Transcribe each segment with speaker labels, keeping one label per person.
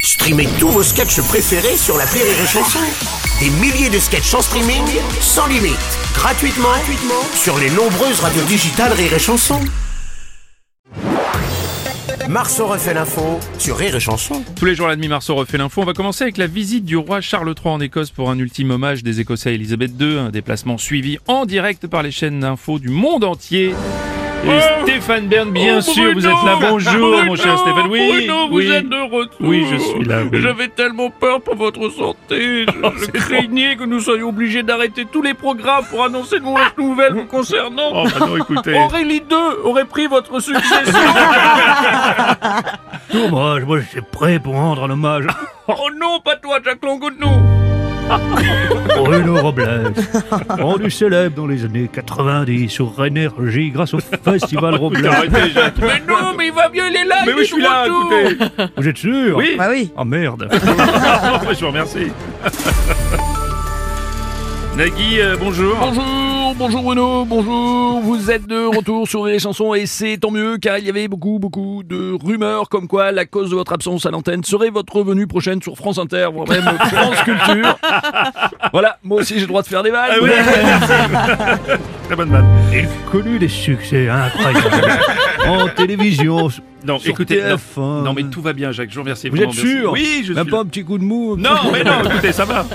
Speaker 1: Streamez tous vos sketchs préférés sur la Rire et Chanson. Des milliers de sketchs en streaming, sans limite, gratuitement, gratuitement sur les nombreuses radios digitales Rire et Chanson. Marceau refait l'info sur Rire et Chanson.
Speaker 2: Tous les jours à la demi-marceau refait l'info. On va commencer avec la visite du roi Charles III en Écosse pour un ultime hommage des Écossais à Elisabeth II. Un déplacement suivi en direct par les chaînes d'info du monde entier. Et Stéphane Bern, bien
Speaker 3: Oh,
Speaker 2: sûr, vous
Speaker 3: Bruno
Speaker 2: êtes là. Bonjour, mon cher
Speaker 3: Bruno,
Speaker 2: Stéphane. Oui,
Speaker 3: Bruno, vous
Speaker 2: oui.
Speaker 3: êtes de retour.
Speaker 2: Oui, je suis là, oui. Oh,
Speaker 3: J'avais tellement peur pour votre santé. Je, je craignais que nous soyons obligés d'arrêter tous les programmes pour annoncer de mauvaises nouvelles vous concernant.
Speaker 2: Ah. Oh, bah non, écoutez.
Speaker 3: Aurélie II aurait pris votre succession.
Speaker 4: Dommage, moi j'étais prêt pour rendre un hommage
Speaker 3: oh non, pas toi, Jacques Longoudnou.
Speaker 4: à Bruno Robles, rendu célèbre dans les années 90 sur Rénergie grâce au Festival Robles.
Speaker 2: Arrêtez, Jacques.
Speaker 3: Mais non, mais il va bien, il est là.
Speaker 2: Mais
Speaker 3: il
Speaker 2: oui,
Speaker 3: est
Speaker 2: je suis
Speaker 3: de
Speaker 2: là,
Speaker 3: retour.
Speaker 2: écoutez.
Speaker 4: Vous êtes sûr
Speaker 2: Oui.
Speaker 5: Bah oui.
Speaker 4: Oh merde
Speaker 2: Oh, bah, je vous remercie. Nagui, euh, bonjour.
Speaker 6: Bonjour, bonjour Bruno, bonjour, vous êtes de retour sur les chansons et c'est tant mieux car il y avait beaucoup beaucoup de rumeurs comme quoi la cause de votre absence à l'antenne serait votre revenue prochaine sur France Inter, voire même France Culture. Voilà, moi aussi j'ai le droit de faire des balles.
Speaker 2: Ah oui. Très bonne vanne.
Speaker 4: Il connu des succès incroyables en télévision,
Speaker 2: Non,
Speaker 4: sur
Speaker 2: écoutez. non.
Speaker 4: TF1.
Speaker 2: Non, mais tout va bien, Jacques. Je vous remercie.
Speaker 4: Vous
Speaker 2: vraiment,
Speaker 4: êtes
Speaker 2: merci.
Speaker 4: sûr
Speaker 2: Oui, je
Speaker 4: Même
Speaker 2: suis
Speaker 4: pas un petit coup de mou
Speaker 2: Non, mais non, écoutez, ça va.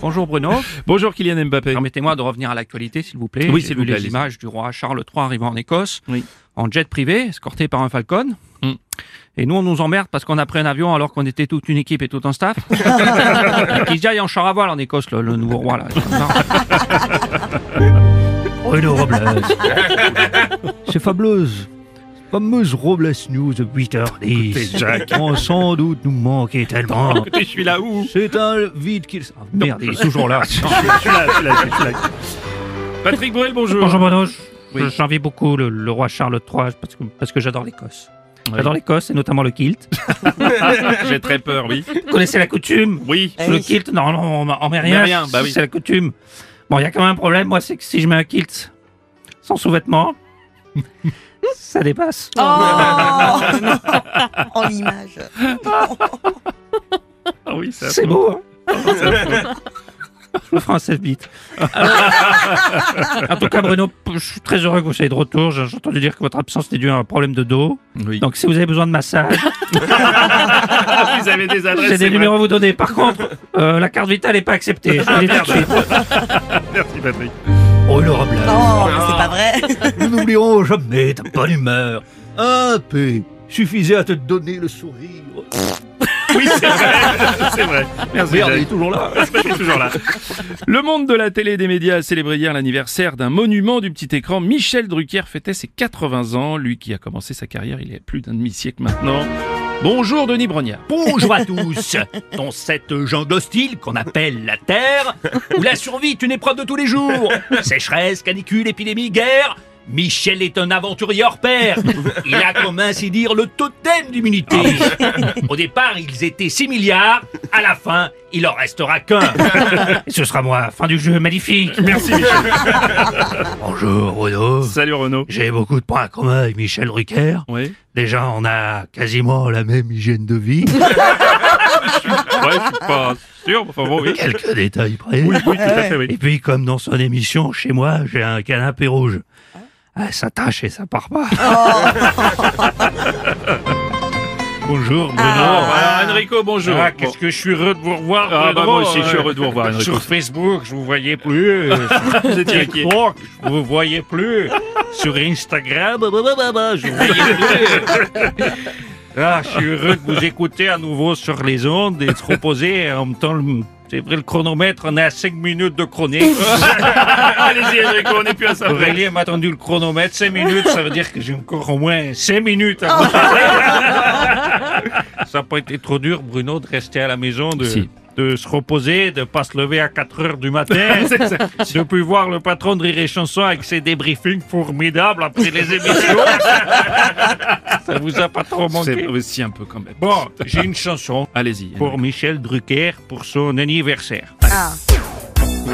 Speaker 7: Bonjour Bruno.
Speaker 2: Bonjour Kylian Mbappé.
Speaker 7: Permettez-moi de revenir à l'actualité, s'il vous plaît.
Speaker 2: Oui,
Speaker 7: J'ai
Speaker 2: s'il
Speaker 7: vu
Speaker 2: vous plaît,
Speaker 7: Les
Speaker 2: allez-y.
Speaker 7: images du roi Charles III arrivant en Écosse,
Speaker 2: Oui.
Speaker 7: en jet privé, escorté par un Falcon.
Speaker 2: Mm.
Speaker 7: Et nous, on nous emmerde parce qu'on a pris un avion alors qu'on était toute une équipe et tout un staff. Qui se dit, en char à voile en Écosse, le, le nouveau roi. Là.
Speaker 4: Bruno Robles. Ces fameuses, fameuses Robles News de 8h10.
Speaker 2: Écoutez, Jacques.
Speaker 4: vont sans doute nous manquer tellement.
Speaker 2: Écoutez, je suis là où
Speaker 4: C'est un vide qu'il... Ah, merde, il est toujours là.
Speaker 2: Patrick Bruel, bonjour.
Speaker 7: Bonjour Bruno.
Speaker 2: Oui.
Speaker 7: J'envie beaucoup le, roi Charles III parce que, parce que j'adore l'Écosse.
Speaker 2: J'adore
Speaker 7: l'Écosse et notamment le kilt.
Speaker 2: J'ai très peur, oui.
Speaker 7: Vous connaissez la coutume
Speaker 2: Oui.
Speaker 5: Eh
Speaker 7: Le
Speaker 5: oui.
Speaker 7: kilt, non, non, on met- on met
Speaker 2: met
Speaker 7: rien.
Speaker 2: rien, bah oui.
Speaker 7: C'est la coutume. Bon, il y a quand même un problème, moi, c'est que si je mets un kilt sans sous-vêtements, ça dépasse.
Speaker 5: Oh, non. En l'image.
Speaker 2: Ah oui, ça.
Speaker 7: C'est beau, hein Je vous ferai un self beat. en tout cas, Bruno, je suis très heureux que vous soyez de retour. J'ai j'ai entendu dire que votre absence était due à un problème de dos.
Speaker 2: Oui.
Speaker 7: Donc, si vous avez besoin de massage,
Speaker 2: Ah, vous avez des adresses.
Speaker 7: j'ai des
Speaker 2: c'est vrai. Ah,
Speaker 7: numéros à vous donner. Par contre, euh, la carte vitale n'est pas acceptée. Je vous le dis tout de suite.
Speaker 2: Merci Patrick.
Speaker 4: Bruno Robles.
Speaker 5: Non, mais c'est pas vrai.
Speaker 4: Nous n'oublierons jamais ta bonne humeur. Un peu suffisait à te donner le sourire.
Speaker 2: Ah, Oui, c'est vrai. C'est vrai. Merci.
Speaker 4: Merde, il
Speaker 2: Jacques.
Speaker 4: est toujours là.
Speaker 2: Je suis Ah, toujours là. Le monde de la télé et des médias a célébré hier l'anniversaire d'un monument du petit écran. Michel Drucker fêtait ses 80 ans. Lui qui a commencé sa carrière il y a plus d'un demi-siècle maintenant. Bonjour Denis Brognard.
Speaker 4: Bonjour à tous. Dans cette jungle hostile qu'on appelle la Terre, où la survie est une épreuve de tous les jours, sécheresse, canicule, épidémie, guerre, Michel est un aventurier hors pair. Il a, comme ainsi dire, le totem d'immunité. Au départ, ils étaient 6 milliards. À la fin, il en restera qu'un.
Speaker 7: Et ce sera moi. Fin du jeu, magnifique.
Speaker 2: Merci Michel.
Speaker 4: Bonjour, Renaud.
Speaker 2: Salut Renaud.
Speaker 4: J'ai beaucoup de points communs avec Michel Drucker.
Speaker 2: Oui.
Speaker 4: Déjà, on a quasiment la même hygiène de vie,
Speaker 2: Ouais, je suis pas sûr. mais Enfin bon, oui.
Speaker 4: quelques détails près.
Speaker 2: Oui, oui, tout à fait, oui.
Speaker 4: Et puis, comme dans son émission, chez moi, j'ai un canapé rouge. Ah, ça tâche et ça part pas.
Speaker 2: Oh.
Speaker 4: Bonjour, Bruno.
Speaker 2: Ah, Enrico, bonjour.
Speaker 8: Ah,
Speaker 2: Bon.
Speaker 8: qu'est-ce que je suis heureux de vous revoir.
Speaker 2: Ah, bah,
Speaker 8: Pedro,
Speaker 2: moi aussi, je suis
Speaker 8: euh,
Speaker 2: heureux de vous revoir, Enrico.
Speaker 8: Sur Facebook, je vous voyais plus. euh,
Speaker 2: Vous étiez
Speaker 8: sur
Speaker 2: inquiet.
Speaker 8: TikTok, je vous voyais plus. Sur Instagram, bah, bah, bah, bah, je vous voyais plus. Ah, je suis heureux de vous écouter à nouveau sur les ondes et de proposer en même temps le- C'est vrai, le chronomètre, on est à 5 minutes de chronique.
Speaker 2: Allez-y, Enrico, on n'est plus à ça.
Speaker 8: Aurélien m'a tendu le chronomètre, 5 minutes, ça veut dire que j'ai encore au moins 5 minutes à vous Ça n'a pas été trop dur, Bruno, de rester à la maison, de,
Speaker 2: Si.
Speaker 8: de se reposer, de pas se lever à 4 heures du matin, de plus voir le patron de Rire et Chanson avec ses débriefings formidables après les émissions. ça vous a pas trop
Speaker 2: C'est
Speaker 8: manqué
Speaker 2: aussi un peu quand même.
Speaker 8: Bon, j'ai une chanson
Speaker 2: Allez-y.
Speaker 8: pour Michel Drucker pour son anniversaire.
Speaker 5: Ah.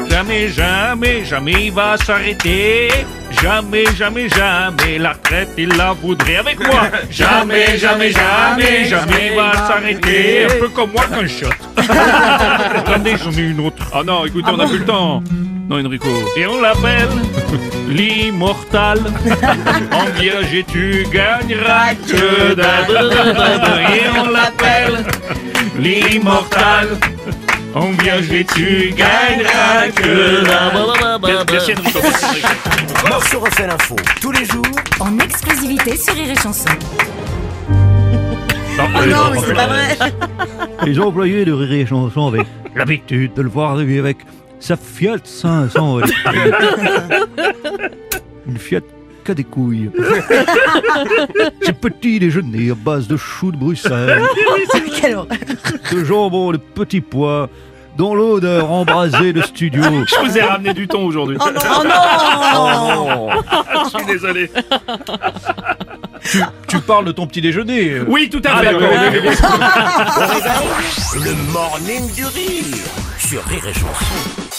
Speaker 8: Jamais, jamais, jamais il va s'arrêter. Jamais, jamais, jamais, la retraite, il la voudrait avec moi. Jamais, jamais, jamais, jamais, il va s'arrêter. Un peu comme moi quand je chante. Attendez, j'en ai une autre. Ah
Speaker 2: Oh non, écoutez, on n'a plus le temps. Non, Enrico.
Speaker 8: Et on l'appelle l'immortal. En vierge et tu gagneras Ah, que dalle. Et on l'appelle l'immortal. En vierge et tu gagneras que dalle.
Speaker 2: Merci, Enrico.
Speaker 1: Marceau refait l'info tous les jours
Speaker 9: en exclusivité sur Rire et Chanson.
Speaker 5: Oh non, mais c'est pas vrai.
Speaker 4: Les employés de Rire et Chanson avaient l'habitude de le voir arriver avec sa Fiat 500 électrique. Une Fiat qu'a des couilles. Ses petits déjeuners à base de choux de Bruxelles,
Speaker 5: Quelle horreur.
Speaker 4: de jambon, de petits pois, dont l'odeur embrasée de studio.
Speaker 2: Je vous ai ramené du ton aujourd'hui.
Speaker 5: Oh non, oh non.
Speaker 2: Je suis désolé.
Speaker 10: Tu parles de ton petit déjeuner. euh.
Speaker 2: Oui, tout à fait.
Speaker 1: Le morning du rire sur Rire et Chanson.
Speaker 5: Oh.